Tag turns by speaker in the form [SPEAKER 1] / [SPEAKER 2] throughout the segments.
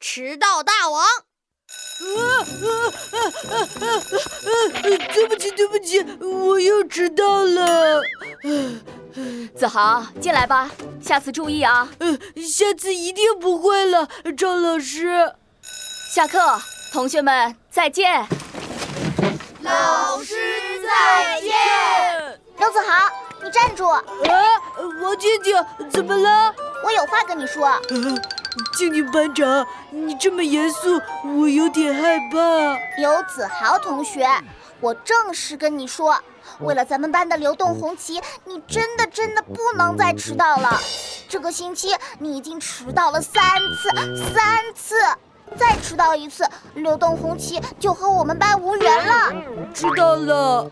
[SPEAKER 1] 迟到大王。
[SPEAKER 2] 啊啊啊啊啊！对不起，对不起，我又迟到了。
[SPEAKER 3] 子豪，进来吧，下次注意啊。
[SPEAKER 2] 嗯，下次一定不会了，赵老师。
[SPEAKER 3] 下课，同学们再见。
[SPEAKER 4] 老师再见。
[SPEAKER 5] 刘子豪，你站住！
[SPEAKER 2] 啊，王静静，怎么了？
[SPEAKER 5] 我有话跟你说。
[SPEAKER 2] 静静班长，你这么严肃，我有点害怕。
[SPEAKER 5] 刘子豪同学，我正式跟你说，为了咱们班的流动红旗，你真的真的不能再迟到了。这个星期你已经迟到了三次，三次，再迟到一次，流动红旗就和我们班无缘了。
[SPEAKER 2] 知道了。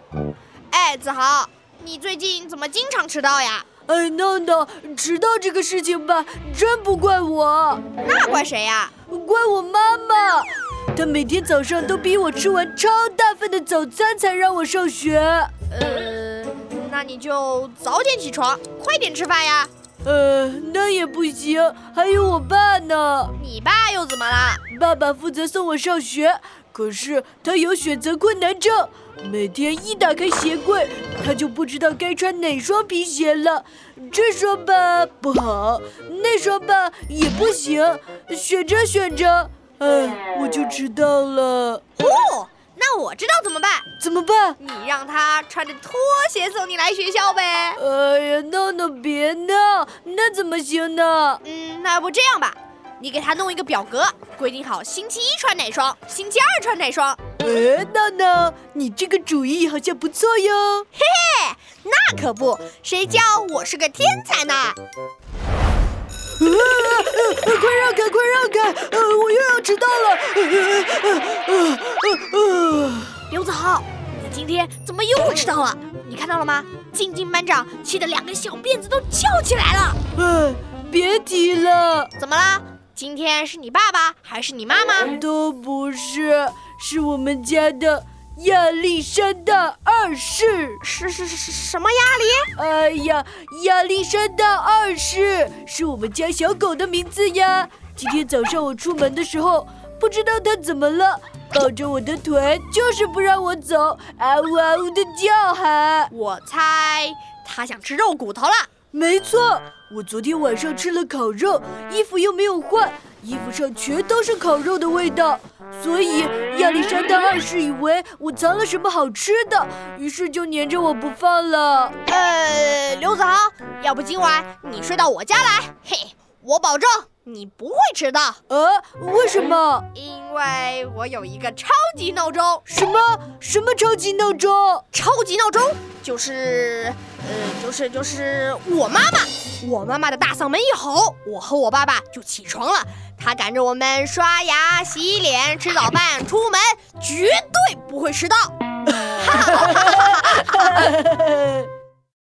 [SPEAKER 1] 哎，子豪，你最近怎么经常迟到呀？
[SPEAKER 2] 哎，闹闹，迟到这个事情吧，真不怪我，
[SPEAKER 1] 那怪谁呀、
[SPEAKER 2] 怪我妈妈。她每天早上都逼我吃完超大份的早餐才让我上学。
[SPEAKER 1] 呃，那你就早点起床，快点吃饭呀。
[SPEAKER 2] 呃，那也不行，还有我爸呢。
[SPEAKER 1] 你爸又怎么啦？
[SPEAKER 2] 爸爸负责送我上学，可是他有选择困难症，每天一打开鞋柜，他就不知道该穿哪双皮鞋了。这双吧不好，那双吧也不行，选着选着，哎，我就迟到了。
[SPEAKER 1] 哦，那我知道怎么办，
[SPEAKER 2] 怎么办？
[SPEAKER 1] 你让他穿着拖鞋送你来学校呗。
[SPEAKER 2] 哎呀，闹闹别闹，那怎么行呢？
[SPEAKER 1] 嗯，那要不这样吧，你给他弄一个表格，规定好星期一穿哪双，星期二穿哪双。
[SPEAKER 2] 哎，闹闹，你这个主意好像不错哟。
[SPEAKER 1] 那可不，谁叫我是个天才呢？
[SPEAKER 2] 呃啊快让开，快让开！呃，我又要迟到了。呃呃呃呃
[SPEAKER 1] 刘子豪，你今天怎么又迟到了？你看到了吗？静静班长气得两根小辫子都翘起来了。
[SPEAKER 2] 呃呃，别提了，
[SPEAKER 1] 怎么啦？今天是你爸爸还是你妈妈？
[SPEAKER 2] 都不是，是我们家的亚历山大二世。
[SPEAKER 1] 是是是是什么压力？
[SPEAKER 2] 哎呀，亚历山大二世是我们家小狗的名字呀。今天早上我出门的时候，不知道它怎么了，抱着我的腿就是不让我走，嗷呜嗷呜的叫喊。
[SPEAKER 1] 我猜他想吃肉骨头了。
[SPEAKER 2] 没错，我昨天晚上吃了烤肉，衣服又没有换，衣服上全都是烤肉的味道，所以亚历山大二世以为我藏了什么好吃的，于是就粘着我不放了。
[SPEAKER 1] 呃，刘子豪，要不今晚你睡到我家来，嘿，我保证你不会迟到，
[SPEAKER 2] 啊？为什么？
[SPEAKER 1] 因为我有一个超级闹钟。
[SPEAKER 2] 什么什么超级闹钟？
[SPEAKER 1] 超级闹钟就是，呃，就是就是我妈妈，我妈妈的大嗓门一吼，我和我爸爸就起床了。她赶着我们刷牙、洗脸、吃早饭、出门，绝对不会迟到。